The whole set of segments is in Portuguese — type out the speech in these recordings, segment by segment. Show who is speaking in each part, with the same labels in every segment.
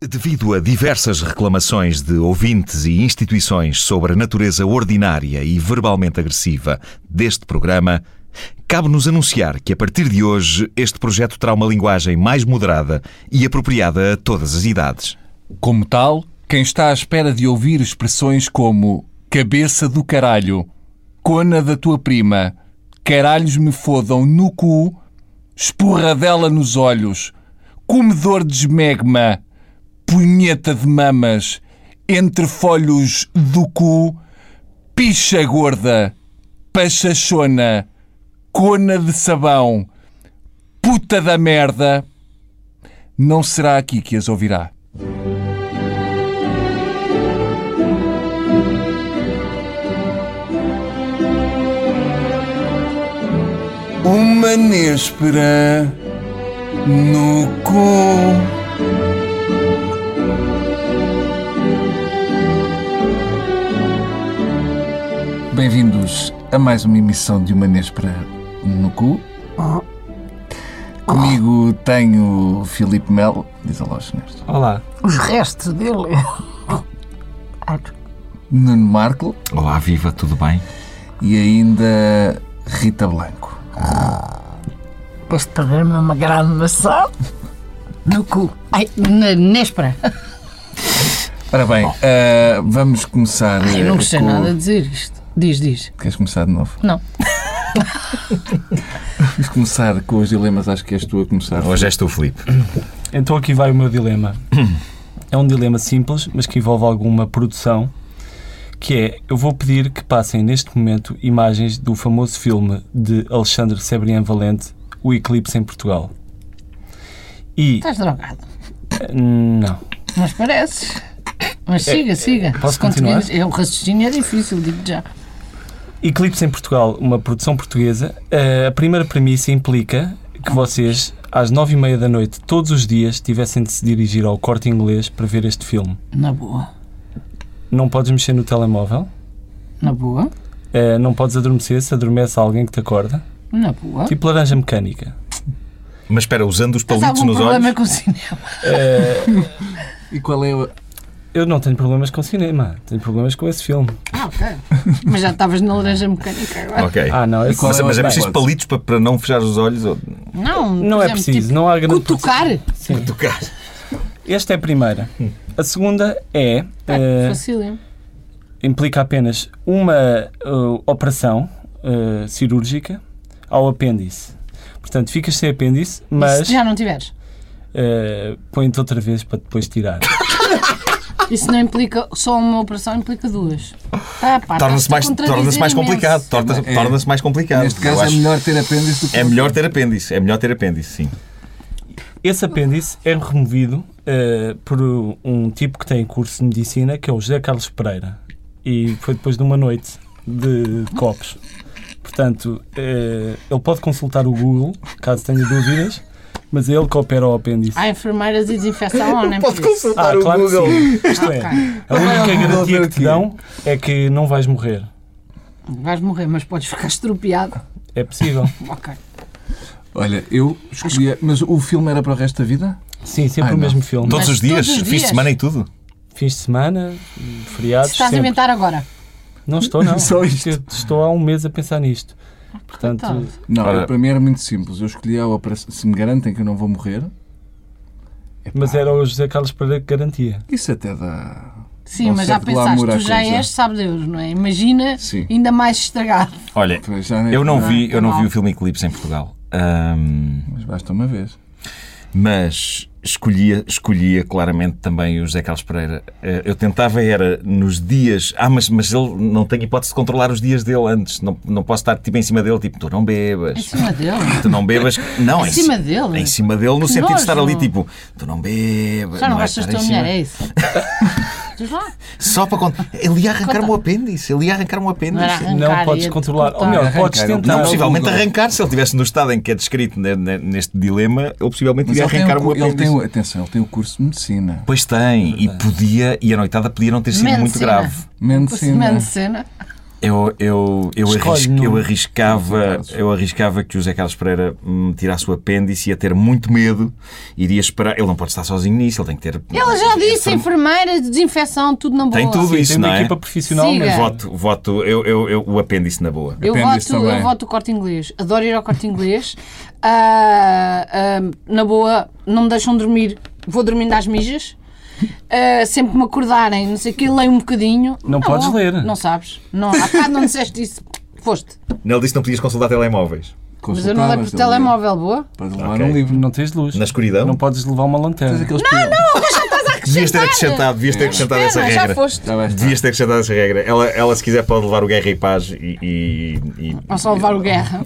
Speaker 1: Devido a diversas reclamações de ouvintes e instituições sobre a natureza ordinária e verbalmente agressiva deste programa, cabe-nos anunciar que a partir de hoje este projeto terá uma linguagem mais moderada e apropriada a todas as idades.
Speaker 2: Como tal, quem está à espera de ouvir expressões como cabeça do caralho, cona da tua prima, caralhos me fodam no cu, esporradela nos olhos, comedor de esmegma, punheta de mamas, entre folhos do cu, picha gorda, pachachona, cona de sabão, puta da merda, não será aqui que as ouvirá. Uma néspera no cu. Bem-vindos a mais uma emissão de Uma Néspera no Cu. Comigo tenho Filipe Melo. Diz a loja, senhores.
Speaker 3: Olá.
Speaker 4: Os restos dele. é-
Speaker 2: Nuno Marco
Speaker 1: Olá, viva, tudo bem?
Speaker 2: e ainda Rita Blanco.
Speaker 4: Este programa é uma grande maçã. No cu. Ai, na néspera.
Speaker 2: Ora bem, ah, vamos começar.
Speaker 4: Eu não
Speaker 2: eh,
Speaker 4: gostei
Speaker 2: com-
Speaker 4: nada de dizer isto. Diz, diz.
Speaker 2: Queres começar de novo?
Speaker 4: Não.
Speaker 2: Vamos começar com os dilemas, acho que és tu a começar.
Speaker 1: Hoje és tu, Filipe.
Speaker 3: Então aqui vai o meu dilema. É um dilema simples, mas que envolve alguma produção, que é, eu vou pedir que passem neste momento imagens do famoso filme de Alexandre Sebrián Valente, O Eclipse em Portugal. E...
Speaker 4: Estás drogado.
Speaker 3: Não.
Speaker 4: Mas pareces. Mas siga, siga.
Speaker 3: posso
Speaker 4: Se conseguires-
Speaker 3: continuar?
Speaker 4: É, o raciocínio é difícil, digo já.
Speaker 3: Eclipse em Portugal, uma produção portuguesa, eh, a primeira premissa implica que vocês, às nove e meia da noite, todos os dias, tivessem de se dirigir ao corte inglês para ver este filme.
Speaker 4: Na boa.
Speaker 3: Não podes mexer no telemóvel,
Speaker 4: Na boa.
Speaker 3: eh, não podes adormecer se adormece alguém que te acorda.
Speaker 4: Na boa.
Speaker 3: Tipo laranja mecânica.
Speaker 1: Mas espera, usando os
Speaker 4: Mas há
Speaker 1: palitos
Speaker 4: algum
Speaker 1: nos
Speaker 4: problema
Speaker 1: olhos.
Speaker 4: com o cinema?
Speaker 2: E qual é o.
Speaker 3: Eu não tenho problemas com cinema, tenho problemas com esse filme.
Speaker 4: Ah, ok. Mas já estavas na laranja mecânica agora.
Speaker 1: Ok.
Speaker 3: Ah, não, esse
Speaker 2: qual
Speaker 1: mas,
Speaker 2: é o
Speaker 1: mas é
Speaker 2: ataque?
Speaker 1: preciso palitos para, para não fechar os olhos ou
Speaker 4: Não,
Speaker 3: não
Speaker 4: por
Speaker 3: é
Speaker 4: exemplo,
Speaker 3: preciso,
Speaker 4: tipo,
Speaker 3: não há grande
Speaker 4: Cutucar?
Speaker 3: Sim.
Speaker 1: tocar.
Speaker 3: Esta é a primeira. A segunda é. eh,
Speaker 4: Fácil, hein?
Speaker 3: implica apenas uma uh, operação uh, cirúrgica ao apêndice. Portanto, ficas sem apêndice,
Speaker 4: E
Speaker 3: mas
Speaker 4: Se já não tiveres.
Speaker 3: uh, põe-te outra vez para depois tirar.
Speaker 4: Isso não implica só uma operação, implica duas. Ah, pá,
Speaker 1: Torna-se
Speaker 4: estás-te
Speaker 1: mais,
Speaker 4: a contradizer
Speaker 1: torna mais
Speaker 4: imenso.
Speaker 1: complicado. Torna- Torna-se
Speaker 2: É.
Speaker 1: mais complicado.
Speaker 2: Neste
Speaker 1: Ah, Eu
Speaker 2: caso é
Speaker 1: acho-
Speaker 2: melhor ter apêndice do que.
Speaker 1: É melhor ter apêndice, é melhor ter apêndice, sim.
Speaker 3: Esse apêndice é removido uh, por um tipo que tem curso de medicina, que é o José Carlos Pereira. E foi depois de uma noite de, de copos. Portanto, uh, ele pode consultar o Google, caso tenha dúvidas, mas é ele que opera o apêndice.
Speaker 4: Há enfermeiras e desinfecção, ou nem por isso?
Speaker 3: Ah, claro que sim. Isto é,
Speaker 4: Ok.
Speaker 3: a única
Speaker 2: Google ver
Speaker 3: garantia que
Speaker 2: o
Speaker 3: te
Speaker 2: quê?
Speaker 3: dão é que não vais morrer.
Speaker 4: Vais morrer, mas podes ficar estropiado.
Speaker 3: É possível.
Speaker 4: Ok.
Speaker 2: Olha, eu escolhi. Mas o filme era para o resto da vida?
Speaker 3: Sim, sempre
Speaker 2: Ai,
Speaker 3: o
Speaker 2: não.
Speaker 3: mesmo filme.
Speaker 1: Todos os dias,
Speaker 4: todos os
Speaker 1: fins de
Speaker 4: dias.
Speaker 1: semana e tudo.
Speaker 3: Fins de semana,
Speaker 4: Se
Speaker 3: feriados,
Speaker 4: estás a
Speaker 3: sempre.
Speaker 4: inventar agora.
Speaker 3: Não estou, não.
Speaker 2: Só isto.
Speaker 3: Eu estou há um mês a pensar nisto. Portanto,
Speaker 4: Então,
Speaker 2: Não,
Speaker 1: Ora.
Speaker 2: para mim era muito simples. Eu escolhi a operação. Se me garantem que eu não vou morrer. Epá,
Speaker 3: mas era o José Carlos Pereira que garantia.
Speaker 2: Isso até dá.
Speaker 4: sim,
Speaker 2: Não
Speaker 4: mas já
Speaker 2: serve de glamour
Speaker 4: pensaste,
Speaker 2: à
Speaker 4: tu já
Speaker 2: coisa.
Speaker 4: és, sabe Deus, não é? Imagina
Speaker 2: Sim.
Speaker 4: ainda mais estragado.
Speaker 1: Olha,
Speaker 2: Pois, já nem-
Speaker 1: eu não vi,
Speaker 4: tá
Speaker 1: eu não vi
Speaker 4: mal.
Speaker 1: o filme Eclipse em Portugal. Ahm,
Speaker 2: Mas basta uma vez.
Speaker 1: mas escolhia, escolhia claramente também o José Carlos Pereira. Eh, Eu tentava era nos dias. Ah, mas, mas ele não tem hipótese de controlar os dias dele antes. Não, não posso estar tipo em cima dele, tipo, tu não
Speaker 4: Em
Speaker 1: bebas.
Speaker 4: cima dele.
Speaker 1: Tu não bebas. Não,
Speaker 4: Em
Speaker 1: ci-
Speaker 4: cima dele?
Speaker 1: Em cima dele, no
Speaker 4: Que
Speaker 1: sentido de estar
Speaker 4: nojo.
Speaker 1: ali tipo, tu não bebas.
Speaker 4: Já não
Speaker 1: é
Speaker 4: gostas
Speaker 1: estar
Speaker 4: da tua
Speaker 1: em cima.
Speaker 4: mulher, é isso? Diz lá.
Speaker 1: Só para contar. Ele ia arrancar-me o apêndice. Ele ia arrancar-me o
Speaker 4: Não era
Speaker 1: apêndice.
Speaker 4: arrancar,
Speaker 3: não podes
Speaker 4: ia te
Speaker 3: controlar. Ou
Speaker 4: cortar.
Speaker 3: melhor,
Speaker 2: Arrancar,
Speaker 3: podes
Speaker 2: não
Speaker 3: tentar.
Speaker 1: Não,
Speaker 2: Não,
Speaker 1: possivelmente
Speaker 2: Google.
Speaker 1: arrancar. Se ele estivesse no estado em que é descrito ne- ne- neste dilema, ele possivelmente
Speaker 2: Mas
Speaker 1: iria
Speaker 2: ele tem,
Speaker 1: arrancar
Speaker 2: o,
Speaker 1: o
Speaker 2: cu- ele tem
Speaker 1: apêndice.
Speaker 2: o- Atenção, ele tem o curso de medicina.
Speaker 1: Pois tem, e podia, e a noitada podia não ter sido muito
Speaker 4: Medicina.
Speaker 1: grave.
Speaker 4: Por cima
Speaker 2: Medicina.
Speaker 4: de cena.
Speaker 1: Eu, eu, eu,
Speaker 3: Escolhe
Speaker 1: arris-
Speaker 3: num.
Speaker 1: eu arriscava, eu arriscava que o José Carlos Pereira hum, tirasse o apêndice, ia ter muito medo, iria esperar. Ele não pode estar sozinho nisso, ele tem que ter.
Speaker 4: Ela já disse, enfermeira, desinfecção, tudo na boa.
Speaker 1: Tem tudo isso,
Speaker 3: tem uma
Speaker 1: não é?
Speaker 3: equipa profissional
Speaker 4: Siga.
Speaker 3: mesmo.
Speaker 1: Voto, voto, eu, eu, eu- o apêndice na boa.
Speaker 4: Eu
Speaker 2: Apêndice
Speaker 4: voto,
Speaker 2: também.
Speaker 4: eu voto o corte inglês. Adoro ir ao corte inglês. Ah, ah, na boa, não me deixam dormir. Vou dormindo às mijas. Ah, sempre que me acordarem, não sei o quê, leio um bocadinho.
Speaker 3: Não
Speaker 4: Na
Speaker 3: podes
Speaker 4: boa,
Speaker 3: ler.
Speaker 4: Não sabes. Não, há bocado não disseste isso. Foste.
Speaker 1: Ele disse que não podias consultar telemóveis.
Speaker 4: Mas eu não leio por telemóvel, boa.
Speaker 2: Podes levar
Speaker 1: Ok.
Speaker 2: um livro.
Speaker 3: Não tens luz.
Speaker 1: Na escuridão?
Speaker 3: Não podes levar uma lanterna.
Speaker 2: não, não!
Speaker 1: Devias ter acrescentado, devias ter acrescentado é essa
Speaker 4: Pena, É, já
Speaker 1: regra.
Speaker 4: foste.
Speaker 1: Devias ter acrescentado essa regra. Ela, ela, se quiser, pode levar o Guerra e Paz e. e, e-
Speaker 4: Ou só levar o guerra.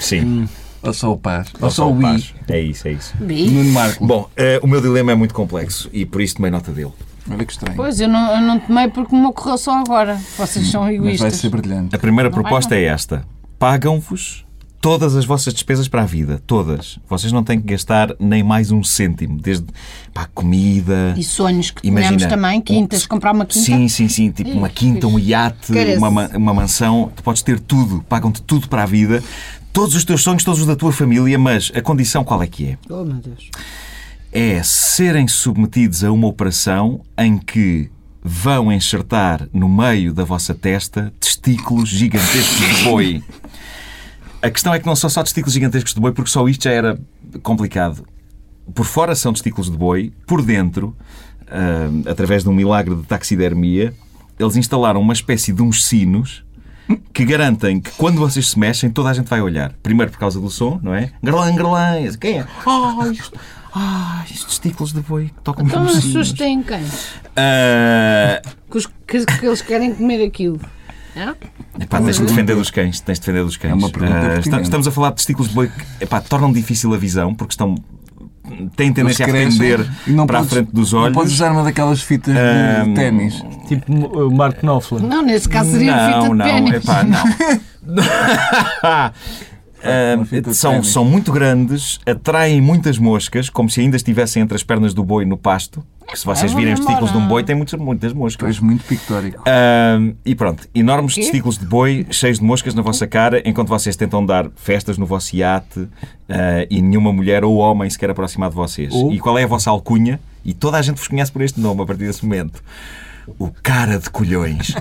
Speaker 1: Sim.
Speaker 2: Ou só o par. Ou só
Speaker 1: Só
Speaker 2: o i.
Speaker 1: Paz. É isso, é isso.
Speaker 4: Bi.
Speaker 2: Nuno Marco.
Speaker 1: Bom, eh, o meu dilema é muito complexo e por isso tomei nota dele.
Speaker 2: Olha que estranho.
Speaker 4: Pois, eu não, eu não tomei porque me ocorreu só agora. Vocês são
Speaker 2: Mas vai
Speaker 4: egoístas.
Speaker 2: ser brilhante.
Speaker 1: A primeira proposta é esta: pagam-vos todas as vossas despesas para a vida, todas. Vocês não têm que gastar nem mais um cêntimo, desde pá, comida.
Speaker 4: E sonhos que
Speaker 1: Imagina,
Speaker 4: tivemos também, quintas,
Speaker 1: um-
Speaker 4: comprar uma quinta.
Speaker 1: Sim, sim, sim. Tipo uma
Speaker 4: Ih,
Speaker 1: quinta, um
Speaker 4: fixe.
Speaker 1: iate,
Speaker 4: Quero
Speaker 1: uma, ma-
Speaker 4: esse.
Speaker 1: uma mansão. Tu podes ter tudo. Pagam-te tudo para a vida. Todos os teus sonhos, todos os da tua família. Mas a condição qual é que é?
Speaker 5: Oh, meu Deus.
Speaker 1: é serem submetidos a uma operação em que vão enxertar no meio da vossa testa testículos gigantescos de boi. A questão é que não são só testículos gigantescos de boi, porque só isto já era complicado. Por fora são testículos de boi, por dentro, ah, através de um milagre de taxidermia, eles instalaram uma espécie de uns sinos que garantem que quando vocês se mexem, toda a gente vai olhar. Primeiro por causa do som, não é? Garlã, garlã, e assim, quem é? Ah, isto, ah, estes testículos de boi que tocam
Speaker 4: Então
Speaker 1: como
Speaker 4: as
Speaker 1: sinos.
Speaker 4: pessoas têm cães.
Speaker 1: Ah,
Speaker 4: Que, os- que- que eles querem comer aquilo. É? Hã?
Speaker 1: Epá, tens de defender dos cães, tens de defender dos cães.
Speaker 2: É uma pergunta
Speaker 1: Ah, esta-
Speaker 2: pertinente.
Speaker 1: estamos a falar de testículos de boi que epá, tornam difícil a visão porque estão têm tendência a
Speaker 2: Eles crescem
Speaker 1: pender
Speaker 2: e não
Speaker 1: para
Speaker 2: podes-
Speaker 1: a frente dos
Speaker 2: Não podes
Speaker 1: olhos.
Speaker 2: usar uma daquelas fitas de
Speaker 1: Ahm,
Speaker 2: ténis.
Speaker 3: Tipo o Mark Knopfler.
Speaker 4: Não, nesse caso Ah, seria de fita
Speaker 1: não,
Speaker 4: de
Speaker 1: não,
Speaker 4: pênis.
Speaker 1: epá, não. Ah,
Speaker 2: Uma fita de
Speaker 1: são,
Speaker 2: ténis.
Speaker 1: são muito grandes, atraem muitas moscas, como se ainda estivessem entre as pernas do boi no pasto. Que se vocês
Speaker 4: vão
Speaker 1: virem os testículos de
Speaker 4: embora.
Speaker 1: um boi, tem muitas, muitas
Speaker 2: Tu
Speaker 1: moscas.
Speaker 2: és muito pictórico.
Speaker 1: Ah, Ahm, e pronto, enormes testículos de boi cheios de moscas na vossa cara, enquanto vocês tentam dar festas no vosso iate ah, e nenhuma mulher ou homem se quer aproximar de vocês.
Speaker 4: Oh.
Speaker 3: Ou-
Speaker 1: E qual é a vossa alcunha? E toda a gente vos conhece por este nome a partir desse momento. O cara de colhões.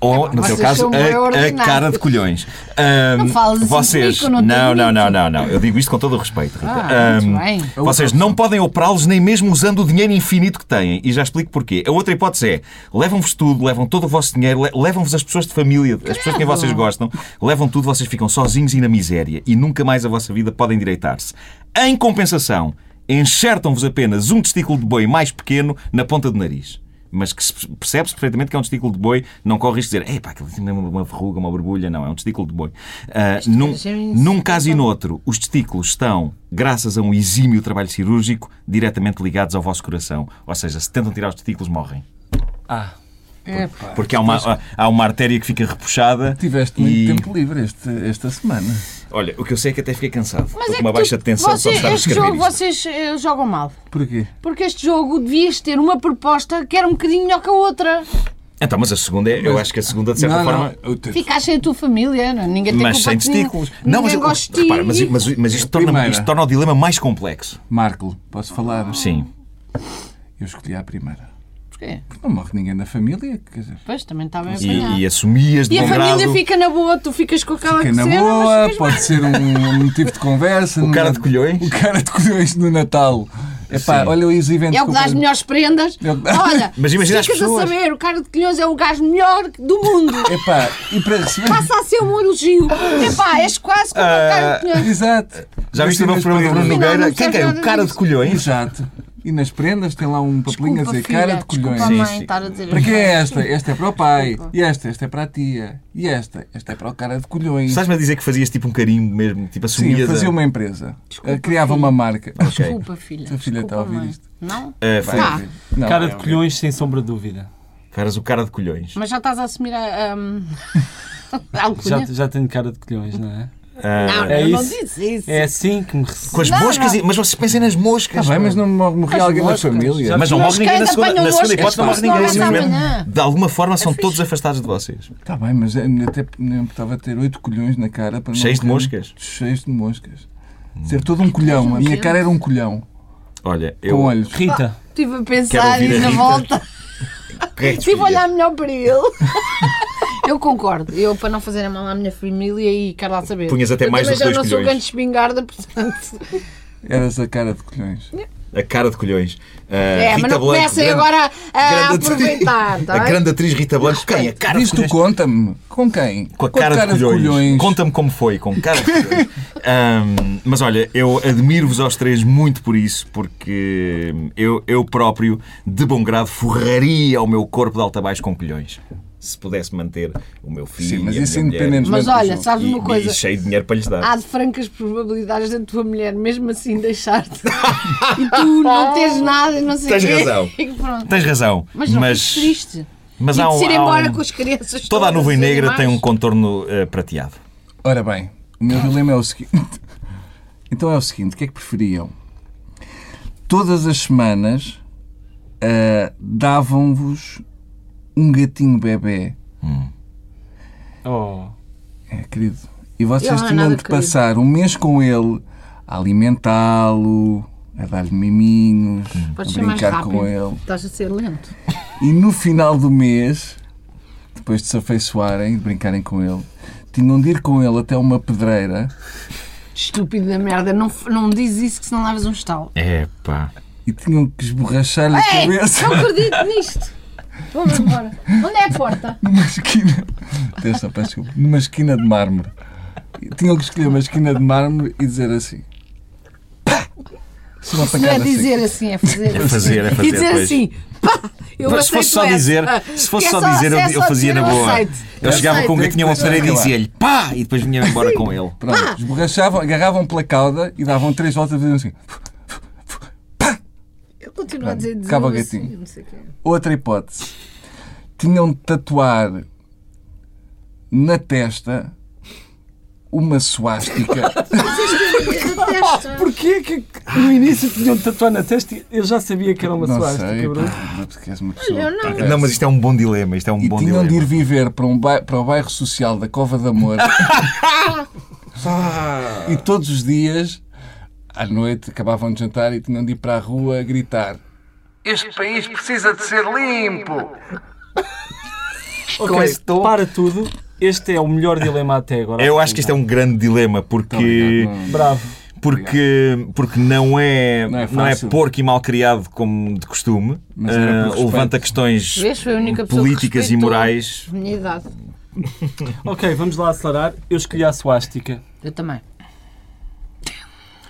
Speaker 1: Ou, no teu
Speaker 4: Vocês
Speaker 1: caso,
Speaker 4: são bem
Speaker 1: a- a,
Speaker 4: ordenados.
Speaker 1: cara de colhões. Ahm,
Speaker 4: Não fales assim
Speaker 1: vocês...
Speaker 4: comigo, eu não
Speaker 1: não,
Speaker 4: tenho
Speaker 1: não, não,
Speaker 4: direito.
Speaker 1: não, não. Eu digo isto com todo o respeito, Rita.
Speaker 4: Ah, muito
Speaker 1: Ahm,
Speaker 4: bem.
Speaker 1: vocês não podem operá-los nem mesmo usando o dinheiro infinito que têm. E já explico porquê. A outra hipótese é: levam-vos tudo, levam todo o vosso dinheiro, le- levam-vos as pessoas de família, as pessoas de quem vocês gostam, levam tudo, vocês ficam sozinhos e na miséria. E nunca mais a vossa vida podem direitar-se. Em compensação, enxertam-vos apenas um testículo de boi mais pequeno na ponta do nariz. Mas que se percebe-se perfeitamente que é um testículo de boi, não corre risco de dizer, epá, aquilo tem uma- uma verruga, uma borbulha, não, é um testículo de boi. Ah, num,
Speaker 4: deve ser um
Speaker 1: num caso e no outro, os testículos estão, graças a um exímio trabalho cirúrgico, diretamente ligados ao vosso coração. Ou seja, se tentam tirar os testículos, morrem.
Speaker 3: Ah,
Speaker 4: É,
Speaker 1: Porque há uma, há- há uma artéria que fica repuxada.
Speaker 2: Tiveste
Speaker 1: e-
Speaker 2: muito tempo livre este- esta semana.
Speaker 1: Olha, o que eu sei é que até fiquei cansado. Estou
Speaker 4: Mas
Speaker 1: com
Speaker 4: é
Speaker 1: uma
Speaker 4: que
Speaker 1: baixa
Speaker 4: tu-
Speaker 1: tensão só de
Speaker 4: vocês,
Speaker 1: estar a
Speaker 4: Este
Speaker 1: escrever
Speaker 4: jogo
Speaker 1: isto.
Speaker 4: vocês eh, jogam mal.
Speaker 2: Porquê?
Speaker 4: Porque este jogo devias ter uma proposta que era um bocadinho melhor que a outra.
Speaker 1: Então, mas a segunda, é, eu acho que a segunda, de certa
Speaker 2: Não,
Speaker 1: forma.
Speaker 2: não, eu te-
Speaker 4: Ficar sem a tua família, não- é? ninguém tem
Speaker 1: Mas
Speaker 4: culpa
Speaker 1: sem
Speaker 4: de ninguém.
Speaker 1: testículos.
Speaker 4: Ninguém
Speaker 1: mas,
Speaker 4: gosta de ti.
Speaker 1: repara, mas, mas- mas isto, torna,
Speaker 2: Primeira.
Speaker 1: isto torna o dilema mais complexo.
Speaker 2: Marco, posso falar?
Speaker 1: Sim.
Speaker 2: Eu escolhi a primeira.
Speaker 4: Porquê?
Speaker 2: Não morre ninguém na família, quer dizer.
Speaker 4: É, Pois, também está bem apanhado.
Speaker 1: E,
Speaker 4: E,
Speaker 1: e um assumias de
Speaker 4: a
Speaker 1: bom
Speaker 4: família
Speaker 1: grado.
Speaker 4: fica na boa, tu ficas com aquela
Speaker 2: Fica na
Speaker 4: cena, mas
Speaker 2: boa,
Speaker 4: ficas
Speaker 2: pode ser um, um motivo de conversa.
Speaker 1: O
Speaker 2: no
Speaker 1: cara
Speaker 2: Nat-
Speaker 1: de colhões?
Speaker 2: O cara de colhões no Natal. Epá,
Speaker 1: Sim.
Speaker 2: olha os eventos
Speaker 4: É o que dá as
Speaker 2: eu-
Speaker 4: melhores prendas.
Speaker 2: Eu-
Speaker 4: Olha,
Speaker 1: Mas imagina as
Speaker 4: ficas a
Speaker 1: pessoas.
Speaker 4: saber, o cara de Quilhões é o gajo melhor do mundo.
Speaker 2: Epá, e para receber.
Speaker 4: Passa a ser um elogio. Epá, és quase como o
Speaker 2: Ah,
Speaker 4: cara de Quilhões.
Speaker 2: Exato.
Speaker 1: Já viste o
Speaker 2: Mas
Speaker 1: novo programa do Bruno
Speaker 2: prendas-
Speaker 4: Afinal, não
Speaker 1: Nogueira?
Speaker 4: percebes
Speaker 1: Quem que é?
Speaker 4: nada
Speaker 1: O cara de
Speaker 4: disso.
Speaker 1: colhões?
Speaker 2: Exato. E nas prendas tem lá um papelinho a
Speaker 4: Desculpa,
Speaker 2: dizer
Speaker 4: filha,
Speaker 2: cara de colhões.
Speaker 4: Desculpa,
Speaker 1: Sim,
Speaker 4: mãe,
Speaker 1: sim.
Speaker 4: estar a dizer
Speaker 2: Para
Speaker 4: isto.
Speaker 2: que é esta? Esta é para o pai. E esta? Esta é para a tia. E esta? Esta é para o cara de colhões.
Speaker 1: Estás-me a dizer que fazias tipo um carinho mesmo, tipo
Speaker 2: Sim,
Speaker 1: assumias.
Speaker 2: eu
Speaker 1: a-
Speaker 2: fazia uma empresa. Eu criava uma marca.
Speaker 1: Ok.
Speaker 4: Desculpa, filha.
Speaker 2: Tua filha está a
Speaker 4: Desculpa,
Speaker 2: ouvir
Speaker 4: mãe.
Speaker 2: isto.
Speaker 4: Não?
Speaker 1: Ah, vai.
Speaker 4: Tá.
Speaker 2: Não, é,
Speaker 3: cara de colhões, sem sombra de dúvida.
Speaker 1: Caras, o cara de colhões.
Speaker 4: um, Mas já estás a assumir a. a, a alcunha.
Speaker 3: Já, já tenho cara de colhões, não é?
Speaker 4: né? Não,
Speaker 3: é
Speaker 4: eu não
Speaker 3: isso.
Speaker 4: disse isso.
Speaker 3: É assim que me rece-
Speaker 1: Ah, Com as
Speaker 4: Não,
Speaker 1: moscas,
Speaker 4: não.
Speaker 1: e- mas vocês pensem nas moscas.
Speaker 2: Está Tá bem, mas não mor- morreu
Speaker 4: As
Speaker 2: alguém da
Speaker 4: moscas.
Speaker 2: família.
Speaker 1: Mas não
Speaker 4: Mas
Speaker 1: morre ninguém na
Speaker 4: quem
Speaker 1: segunda,
Speaker 4: apanham
Speaker 1: na segunda
Speaker 4: moscas,
Speaker 1: hipótese, não morre
Speaker 4: senão
Speaker 1: ninguém.
Speaker 4: vai dar
Speaker 1: simplesmente.
Speaker 4: amanhã. É
Speaker 1: De alguma forma são todos afastados de vocês.
Speaker 2: Está bem, mas eh, até nem estava a ter oito colhões na cara para não
Speaker 1: Cheios de
Speaker 2: morrer.
Speaker 1: moscas? Hum.
Speaker 2: Cheios de moscas. Ser todo um colhão. A minha cara era um colhão.
Speaker 1: Olha,
Speaker 2: Com
Speaker 1: eu
Speaker 2: olhos.
Speaker 3: Rita,
Speaker 4: Estive
Speaker 1: Quero
Speaker 4: a pensar
Speaker 1: ouvir
Speaker 4: e
Speaker 1: a
Speaker 4: na
Speaker 1: Rita.
Speaker 4: volta.
Speaker 1: que é que
Speaker 4: Estive a
Speaker 1: escolhias?
Speaker 4: olhar melhor para ele. Eu concordo. Eu, para não fazer mal à minha família e quero lá saber.
Speaker 1: Punhas até
Speaker 4: Eu
Speaker 1: mais
Speaker 4: também
Speaker 1: do que
Speaker 4: já
Speaker 1: dois
Speaker 4: não sou
Speaker 1: colhões.
Speaker 4: grande espingarda, portanto.
Speaker 2: Eras a cara de colhões.
Speaker 1: a cara de colhões. Ah,
Speaker 4: É,
Speaker 1: Rita
Speaker 4: mas não
Speaker 1: Blanco,
Speaker 4: comecem
Speaker 1: grande-
Speaker 4: agora a- a
Speaker 1: grande atriz-
Speaker 4: aproveitar, tá
Speaker 1: A
Speaker 4: bem?
Speaker 1: grande atriz Rita Blanco. Quem? A cara de
Speaker 2: Diz tu,
Speaker 1: colhões.
Speaker 2: conta-me. Com quem?
Speaker 1: Com a cara, de colhões. Conta-me como foi, com cara de colhões. Ahm, mas olha, eu admiro-vos aos três muito por isso, porque eu, eu próprio, de bom grado, forraria o meu corpo de alta a baixo com colhões. Se pudesse manter o meu filho.
Speaker 2: Sim, mas
Speaker 1: e a
Speaker 2: isso
Speaker 1: minha mulher,
Speaker 2: independentemente.
Speaker 4: Mas
Speaker 2: do
Speaker 4: olha,
Speaker 2: jogo.
Speaker 4: sabes uma
Speaker 1: e-
Speaker 4: coisa? Ah,
Speaker 1: E cheio de dinheiro para lhes dar.
Speaker 4: Há de francas probabilidades da tua mulher mesmo assim deixar-te e tu não tens nada e não sei o
Speaker 1: Tens
Speaker 4: quê.
Speaker 1: razão.
Speaker 4: E pronto.
Speaker 1: Tens razão.
Speaker 4: Mas não fiques triste.
Speaker 1: mas
Speaker 4: e
Speaker 1: há
Speaker 4: de
Speaker 1: um-
Speaker 4: se ir
Speaker 1: há
Speaker 4: embora
Speaker 1: um-
Speaker 4: com as crianças.
Speaker 1: Toda a
Speaker 4: todas,
Speaker 1: nuvem
Speaker 4: os
Speaker 1: negra tem um
Speaker 4: animais.
Speaker 1: contorno eh, prateado.
Speaker 2: Ora bem, o meu dilema é o seguinte. Então é o seguinte, o que é que preferiam? Todas as semanas ah, davam-vos um gatinho bebê,
Speaker 4: Ah.
Speaker 3: oh,
Speaker 2: é, querido, e vocês
Speaker 4: Ele não é
Speaker 2: tinham
Speaker 4: nada
Speaker 2: de
Speaker 4: querido.
Speaker 2: passar um mês com ele a alimentá-lo, a dar-lhe miminhos,
Speaker 1: Hum.
Speaker 4: Podes
Speaker 2: a
Speaker 4: ser mais
Speaker 2: brincar
Speaker 4: rápido.
Speaker 2: com ele.
Speaker 4: Estás a ser lento.
Speaker 2: E no final do mês, depois de se afeiçoarem, de brincarem com ele, tinham de ir com ele até uma pedreira
Speaker 4: Estúpido da merda. Não, f- não diz isso que senão levas um estalo.
Speaker 1: É pá.
Speaker 2: e tinham que esborrachar-lhe a
Speaker 4: Ei,
Speaker 2: cabeça.
Speaker 4: não acredito nisto. Vamos embora. Onde é a porta?
Speaker 2: numa esquina. Desta, peço desculpa. Numa esquina de mármore. E Tinham que escolher uma esquina de mármore e dizer assim. Pá! Se uma
Speaker 4: Não é
Speaker 2: pancada
Speaker 4: dizer assim, é fazer.
Speaker 1: É fazer, é fazer,
Speaker 4: E dizer
Speaker 1: pois.
Speaker 4: assim, pá, eu
Speaker 1: Mas se
Speaker 4: aceito
Speaker 1: fosse só
Speaker 4: essa.
Speaker 1: dizer, se fosse só dizer, eu,
Speaker 4: se é
Speaker 1: eu
Speaker 4: só
Speaker 1: fazia
Speaker 4: dizer, É
Speaker 1: na boa.
Speaker 4: aceito.
Speaker 1: Eu chegava
Speaker 4: aceito.
Speaker 1: com um gatinho a uma
Speaker 2: Aceito.
Speaker 1: parede e dizia-lhe pá! E depois vinha embora com ele.
Speaker 2: assim. Pronto, esborrachavam, agarravam pela cauda e davam três voltas e faziam assim.
Speaker 4: Eu continuo a dizer,
Speaker 2: Acaba o
Speaker 4: dizer
Speaker 2: gatinho.
Speaker 4: assim, não sei o quê.
Speaker 2: Outra hipótese. Tinham de tatuar na testa uma suástica.
Speaker 3: Porquê que no início tinham de tatuar na testa? e Eu já sabia que era uma
Speaker 2: Não
Speaker 3: suástica,
Speaker 2: sei,
Speaker 3: Bruno.
Speaker 2: pá, tu que és uma pessoa.
Speaker 1: Não, mas isto é um bom dilema. Isto é um
Speaker 2: E
Speaker 1: bom
Speaker 2: tinham
Speaker 1: dilema.
Speaker 2: de ir viver para, um bai- para o bairro social da Cova de Amor.
Speaker 1: Ah.
Speaker 2: e todos os dias, à noite, acabavam de jantar e tinham de ir para a rua a gritar. Este país precisa de ser limpo!
Speaker 3: Ok, para tudo. Este é o melhor dilema até agora.
Speaker 1: Eu acho que isto é um grande dilema porque.
Speaker 2: obrigado,
Speaker 3: Bravo.
Speaker 1: Porque, porque não é,
Speaker 2: Não
Speaker 1: não
Speaker 2: é
Speaker 1: é,
Speaker 2: fácil.
Speaker 1: porco e mal criado como de costume,
Speaker 2: Mas era por
Speaker 1: Ah,
Speaker 2: respeito.
Speaker 1: levanta questões
Speaker 4: Vês, foi a única pessoa que
Speaker 1: políticas e
Speaker 4: respeitou.
Speaker 1: morais.
Speaker 4: Minha idade.
Speaker 3: Ok, vamos lá acelerar. Eu escolhi a suástica.
Speaker 4: Eu também.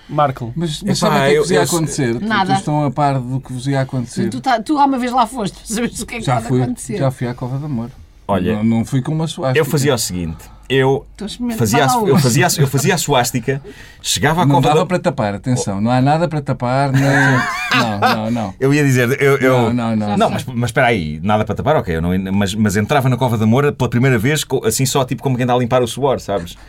Speaker 3: Marco,
Speaker 2: Mas, mas
Speaker 1: Epá,
Speaker 2: sabe o que é que
Speaker 1: eu-
Speaker 2: vos ia
Speaker 1: eu sei-
Speaker 2: acontecer? Tu-
Speaker 4: Nada.
Speaker 2: Vocês estão a par do que vos ia acontecer.
Speaker 4: Tu, tá, tu há uma vez lá foste, para saberes o que é que
Speaker 2: Já
Speaker 4: pode
Speaker 2: fui,
Speaker 4: acontecer.
Speaker 2: já fui à Cova de Amor.
Speaker 1: Olha,
Speaker 2: não, não fui com uma suástica.
Speaker 1: eu fazia o seguinte: eu
Speaker 4: Então experimenta,
Speaker 1: fazia,
Speaker 4: vai lá
Speaker 1: a-
Speaker 4: hoje.
Speaker 1: eu, fazia, a- eu fazia a suástica, chegava à
Speaker 2: Não
Speaker 1: cova
Speaker 2: dava
Speaker 1: da-
Speaker 2: para tapar, atenção. Não há nada para tapar. Nem... Não, não, não.
Speaker 1: Eu ia dizer, eu. eu-
Speaker 2: Não, não, não.
Speaker 1: Não, mas, mas espera aí, nada para tapar, ok. Eu não, mas, mas entrava na Cova da Moura pela primeira vez, co- assim só tipo como quem está a limpar o suor, sabes?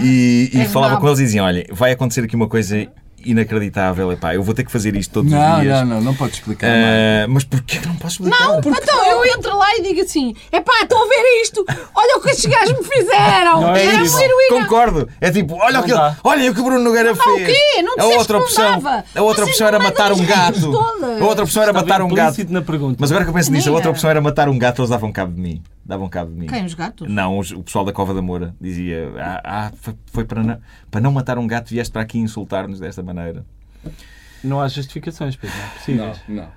Speaker 1: E, e
Speaker 4: É
Speaker 1: falava
Speaker 4: mau.
Speaker 1: com eles e diziam: olha, vai acontecer aqui uma coisa inacreditável, epá, eu vou ter que fazer isto todos os
Speaker 2: Não,
Speaker 1: dias.
Speaker 2: não, não, não pode explicar.
Speaker 1: Ah, mas porquê que não posso explicar?
Speaker 4: Não, então eu entro lá e digo assim: epá, estão a ver isto? Olha o que estes gajos me fizeram!
Speaker 3: Não é
Speaker 4: Era
Speaker 3: isso.
Speaker 4: uma heroína!
Speaker 1: tipo, Concordo. É tipo, olha,
Speaker 3: Não
Speaker 1: aquilo,
Speaker 3: dá.
Speaker 1: olha o que o Bruno Nogueira
Speaker 4: dá o
Speaker 1: fez.
Speaker 4: quê? Não
Speaker 1: a
Speaker 4: disseste
Speaker 1: outra
Speaker 4: que não
Speaker 1: opção,
Speaker 4: dava.
Speaker 1: a outra
Speaker 4: Vocês
Speaker 1: opção era
Speaker 4: não
Speaker 1: matar
Speaker 4: mandam
Speaker 1: um
Speaker 4: as regras
Speaker 1: gato.
Speaker 4: todas.
Speaker 1: A outra opção era
Speaker 3: Está bem
Speaker 1: matar um gato.
Speaker 3: implícito na pergunta.
Speaker 1: Mas agora que eu penso nisso, a outra
Speaker 4: Era.
Speaker 1: opção era matar um gato, eles davam cabo de mim. Davam cabo de mim.
Speaker 4: Quem, os gatos?
Speaker 1: Não, os- o pessoal da Cova da Moura dizia: Ah, ah, foi, foi para, não, para não matar um gato, vieste para aqui insultar-nos desta maneira.
Speaker 3: não há justificações, Pedro. Não é possível.
Speaker 2: não.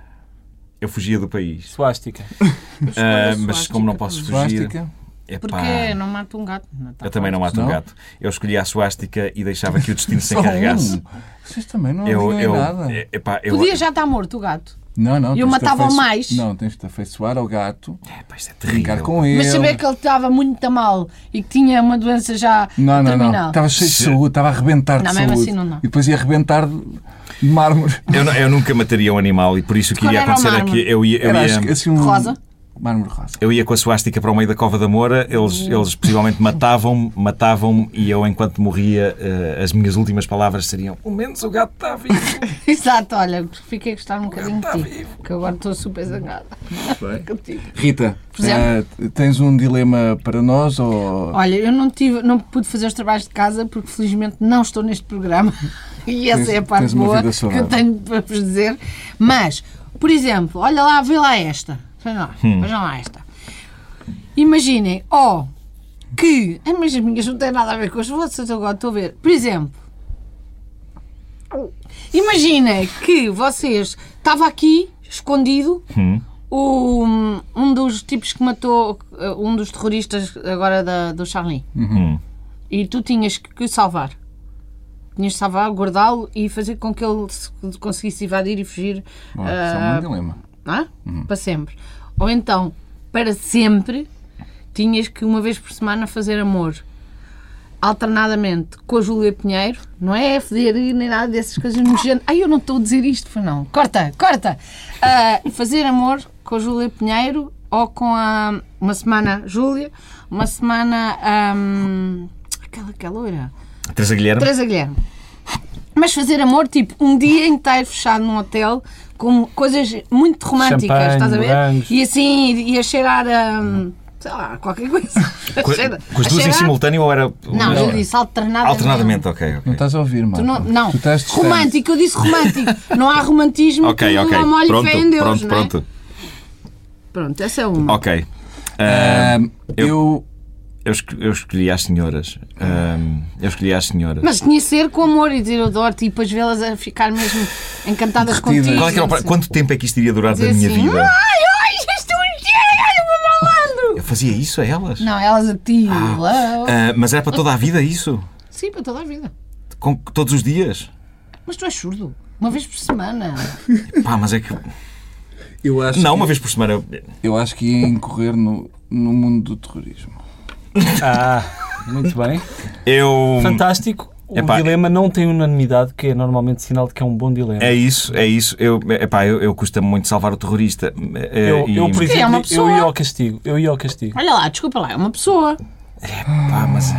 Speaker 1: Eu fugia do país.
Speaker 3: Suástica.
Speaker 1: Ah,
Speaker 4: a
Speaker 1: mas
Speaker 4: suástica
Speaker 1: como não posso fugir.
Speaker 2: Plástica?
Speaker 1: epá,
Speaker 4: tipo, Porque não mato um gato. Não, tá
Speaker 1: Eu também não mato um
Speaker 2: Não?
Speaker 1: gato. Eu escolhi a suástica e deixava que o destino se encarregasse.
Speaker 2: um. Vocês também não
Speaker 1: Eu,
Speaker 2: ligam em
Speaker 1: eu,
Speaker 2: nada.
Speaker 1: é- epá, eu,
Speaker 4: Podia já estar morto o gato.
Speaker 2: Não, não.
Speaker 4: eu
Speaker 2: tens de
Speaker 4: matava
Speaker 2: afeiço-
Speaker 4: mais.
Speaker 2: Não, tens de afeiçoar ao gato,
Speaker 1: Epá, isto é
Speaker 2: brincar
Speaker 1: terrível.
Speaker 2: com um ele.
Speaker 4: Mas saber que ele estava muito mal e que tinha uma doença já
Speaker 2: Não, não, não.
Speaker 4: terminal.
Speaker 2: Estava cheio de saúde, estava a arrebentar de
Speaker 4: Não,
Speaker 2: saúde.
Speaker 4: mesmo assim não dá.
Speaker 2: E depois ia arrebentar de de mármore.
Speaker 1: Eu, nu- eu nunca mataria um animal e por isso o que
Speaker 4: Quando
Speaker 1: iria
Speaker 4: era o
Speaker 1: acontecer é
Speaker 4: mármore?
Speaker 1: que eu ia. Eu
Speaker 2: Era
Speaker 1: ia
Speaker 2: acho que, assim um.
Speaker 4: Rosa?
Speaker 2: Mármore rosa.
Speaker 1: Eu ia com a suástica para o meio da Cova da Moura, eles,
Speaker 4: Hum.
Speaker 1: eles possivelmente matavam-me, matavam-me e eu, enquanto morria, eh, as minhas últimas palavras seriam: pelo menos o gato está vivo.
Speaker 4: Exato, olha, fiquei a gostar um bocadinho de ti, que agora estou super zangada contigo.
Speaker 2: Rita,
Speaker 4: Fizemos.
Speaker 2: eh, tens um dilema para nós ou.
Speaker 4: Olha, eu não, tive, não pude fazer os trabalhos de casa porque felizmente não estou neste programa e essa
Speaker 2: Tens-
Speaker 4: é a parte
Speaker 2: tens uma
Speaker 4: boa
Speaker 2: vida
Speaker 4: que eu
Speaker 2: saudável.
Speaker 4: tenho para vos dizer. Mas, por exemplo, olha lá, vê lá esta. Vejam lá,
Speaker 2: Hum.
Speaker 4: vejam lá esta. Imaginem, ó, que. Ah, Mas as minhas não têm nada a ver com as vossas, agora estou a ver. Por exemplo, imaginem que vocês. Estava aqui, escondido, o- um dos tipos que matou. uh, Um dos terroristas agora da, do Charlie.
Speaker 2: Uhum.
Speaker 4: E tu tinhas que, que salvar. Tinhas de salvar, guardá-lo e fazer com que ele se- conseguisse evadir e fugir.
Speaker 2: Bom,
Speaker 4: ah,
Speaker 2: Isso é um dilema.
Speaker 4: não é? Para sempre. Ou então, para sempre, tinhas que uma vez por semana fazer amor. Alternadamente com a Júlia Pinheiro, não é FDI nem nada dessas coisas nojentas. Ai, eu não estou a dizer isto, foi não. Corta, corta! Ah, fazer amor com a Júlia Pinheiro ou com a. Uma semana Júlia, uma semana. ahm, aquela que é loira.
Speaker 1: Teresa Guilherme,
Speaker 4: Teresa Guilherme. Mas fazer amor, tipo, um dia inteiro fechado num hotel, com coisas muito românticas,
Speaker 3: Champanhe,
Speaker 4: estás a ver?
Speaker 3: morangos.
Speaker 4: E assim, e a cheirar a. sei lá, qualquer coisa. A
Speaker 1: co-
Speaker 4: cheira-
Speaker 1: com as
Speaker 4: a
Speaker 1: duas em
Speaker 4: cheirar-
Speaker 1: simultâneo ou era.
Speaker 4: Não, eu disse alternadamente.
Speaker 1: Alternadamente, ok. ok.
Speaker 2: Não estás a ouvir,
Speaker 4: Tu
Speaker 2: Marco.
Speaker 4: não, não.
Speaker 2: Tu estás distante.
Speaker 4: romântico, eu disse romântico. não há romantismo
Speaker 1: Ok,
Speaker 4: que
Speaker 1: ok.
Speaker 4: não molhe
Speaker 1: Pronto,
Speaker 4: fé em Deus,
Speaker 1: pronto,
Speaker 4: não é?
Speaker 1: pronto.
Speaker 4: Pronto, essa é uma.
Speaker 1: Ok.
Speaker 2: Ah,
Speaker 1: eu-
Speaker 2: eu.
Speaker 1: Eu, esco- eu escolhi as senhoras. Ahm, eu escolhi as senhoras.
Speaker 4: Mas conhecer com amor e dizer eu adoro-te e depois vê-las a ficar mesmo encantadas
Speaker 2: Repetidas.
Speaker 4: contigo.
Speaker 1: Qual é que era o pra-
Speaker 4: Assim.
Speaker 1: Quanto tempo é que isto iria durar da
Speaker 4: Dizer
Speaker 1: minha
Speaker 4: assim,
Speaker 1: vida?
Speaker 4: Ai, ai, isto é um gênio, olha o meu malandro.
Speaker 1: Eu fazia isso a elas?
Speaker 4: Não, elas a ti. lá.
Speaker 1: Ah, mas era para toda a vida isso?
Speaker 4: Sim, para toda a vida.
Speaker 1: Com, todos os dias?
Speaker 4: Mas tu és surdo. Uma vez por semana.
Speaker 1: Pá, mas é que.
Speaker 2: Eu acho
Speaker 1: Não,
Speaker 2: que,
Speaker 1: uma vez por semana. eu-
Speaker 2: Eu acho que ia incorrer no, no mundo do terrorismo.
Speaker 3: Ah, muito bem.
Speaker 1: Eu.
Speaker 3: Fantástico. O
Speaker 1: Um- Epá.
Speaker 3: dilema não tem unanimidade, que é normalmente sinal de que é um bom dilema.
Speaker 1: É isso, é isso. Eu, epá, eu, eu custa-me muito salvar o terrorista. Eh,
Speaker 3: Eu, eu, por
Speaker 1: e-
Speaker 4: é uma
Speaker 3: exemplo, eu
Speaker 4: pessoa.
Speaker 3: ia ao castigo. Eu ia ao castigo.
Speaker 4: Olha lá, desculpa lá, é uma pessoa.
Speaker 1: Pá, mas,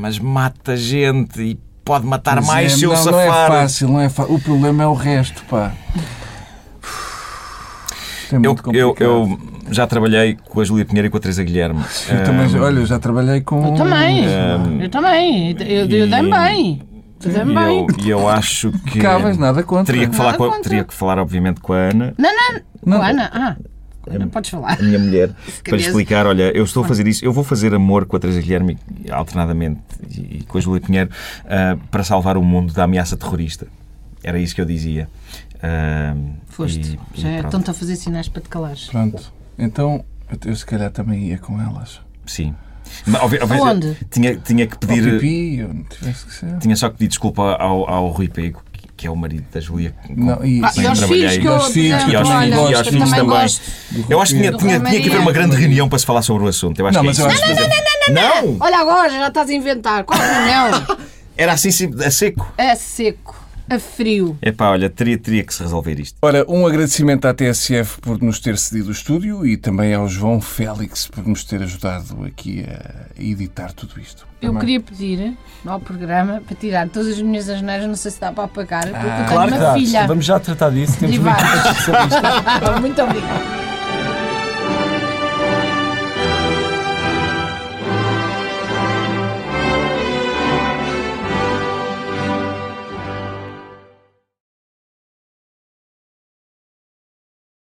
Speaker 1: mas mata gente e pode matar
Speaker 2: Mas
Speaker 1: Tá mais
Speaker 2: é-
Speaker 1: se eu
Speaker 2: não, não
Speaker 1: safar.
Speaker 2: é fácil, não é fácil. O problema é o resto, pá. Isto é
Speaker 1: Eu,
Speaker 2: muito
Speaker 1: eu,
Speaker 2: complicado.
Speaker 1: eu já trabalhei com a Júlia Pinheiro e com a Teresa Guilherme. Eh,
Speaker 2: Eu é também, já- olha, eu já trabalhei com.
Speaker 4: Eu também. eu também. Eu, eu
Speaker 1: Hum, e-
Speaker 4: dei-me bem. Eu
Speaker 1: E
Speaker 4: dei-me bem.
Speaker 1: eu, e eu acho que.
Speaker 2: Cavas, nada contra.
Speaker 1: Teria que, falar
Speaker 4: Nada
Speaker 1: com a,
Speaker 4: contra.
Speaker 1: teria que falar, obviamente, com a Ana,
Speaker 4: Não, não.
Speaker 2: Não.
Speaker 4: Oh, Ana, ah, não podes falar.
Speaker 1: a minha mulher, para lhe
Speaker 4: querias-
Speaker 1: explicar: olha, eu estou a fazer isso, eu vou fazer amor com a Teresa Guilherme e- alternadamente e, e com a Júlia Pinheiro ah, para salvar o mundo da ameaça terrorista. Era isso que eu dizia. Ah,
Speaker 4: Foste.
Speaker 1: e- e
Speaker 4: Já
Speaker 1: pronto.
Speaker 4: estão-te a fazer sinais para te calares.
Speaker 2: Pronto. Então, eu, eu se calhar também ia com elas.
Speaker 1: Sim. Mas, obvi- obvi-
Speaker 4: Aonde?
Speaker 1: Tinha, tinha que
Speaker 2: Ao
Speaker 1: pedir.
Speaker 2: pipi, eu não tivesse que ser.
Speaker 1: Tinha só que pedir desculpa ao, ao Rui Pego, que- que é o marido da Júlia. com-
Speaker 2: Não, e,
Speaker 4: Ah, e aos
Speaker 1: trabalhei.
Speaker 4: filhos que
Speaker 1: E
Speaker 4: eu
Speaker 2: aos filhos,
Speaker 4: adoro,
Speaker 1: e aos
Speaker 4: olha,
Speaker 1: filhos, e aos
Speaker 4: eu
Speaker 1: filhos também.
Speaker 4: gosto.
Speaker 1: Eu acho que tinha,
Speaker 4: Do
Speaker 1: tinha,
Speaker 4: Rui
Speaker 1: tinha que haver
Speaker 4: Maria.
Speaker 1: uma grande reunião para se falar sobre o assunto. Eu acho
Speaker 2: Não,
Speaker 1: que é
Speaker 2: mas eu
Speaker 1: isso.
Speaker 2: acho que-
Speaker 1: não, não,
Speaker 4: Olha agora, já estás a inventar. Qual é não?
Speaker 1: Era assim sim, a seco.
Speaker 4: A É seco, a frio.
Speaker 1: Epá, olha, teria, teria que se resolver isto.
Speaker 2: Ora, um agradecimento à TSF por nos ter cedido o estúdio e também ao João Félix por nos ter ajudado aqui a editar tudo isto.
Speaker 4: Eu
Speaker 2: Também.
Speaker 4: queria pedir ao programa para tirar todas as minhas asneiras, não sei se dá para apagar, porque eu tenho
Speaker 3: Ah, Claro que
Speaker 4: uma
Speaker 3: dá.
Speaker 4: filha
Speaker 3: Vamos já tratar disso. Temos
Speaker 4: privada.
Speaker 3: muito
Speaker 4: Muito obrigada.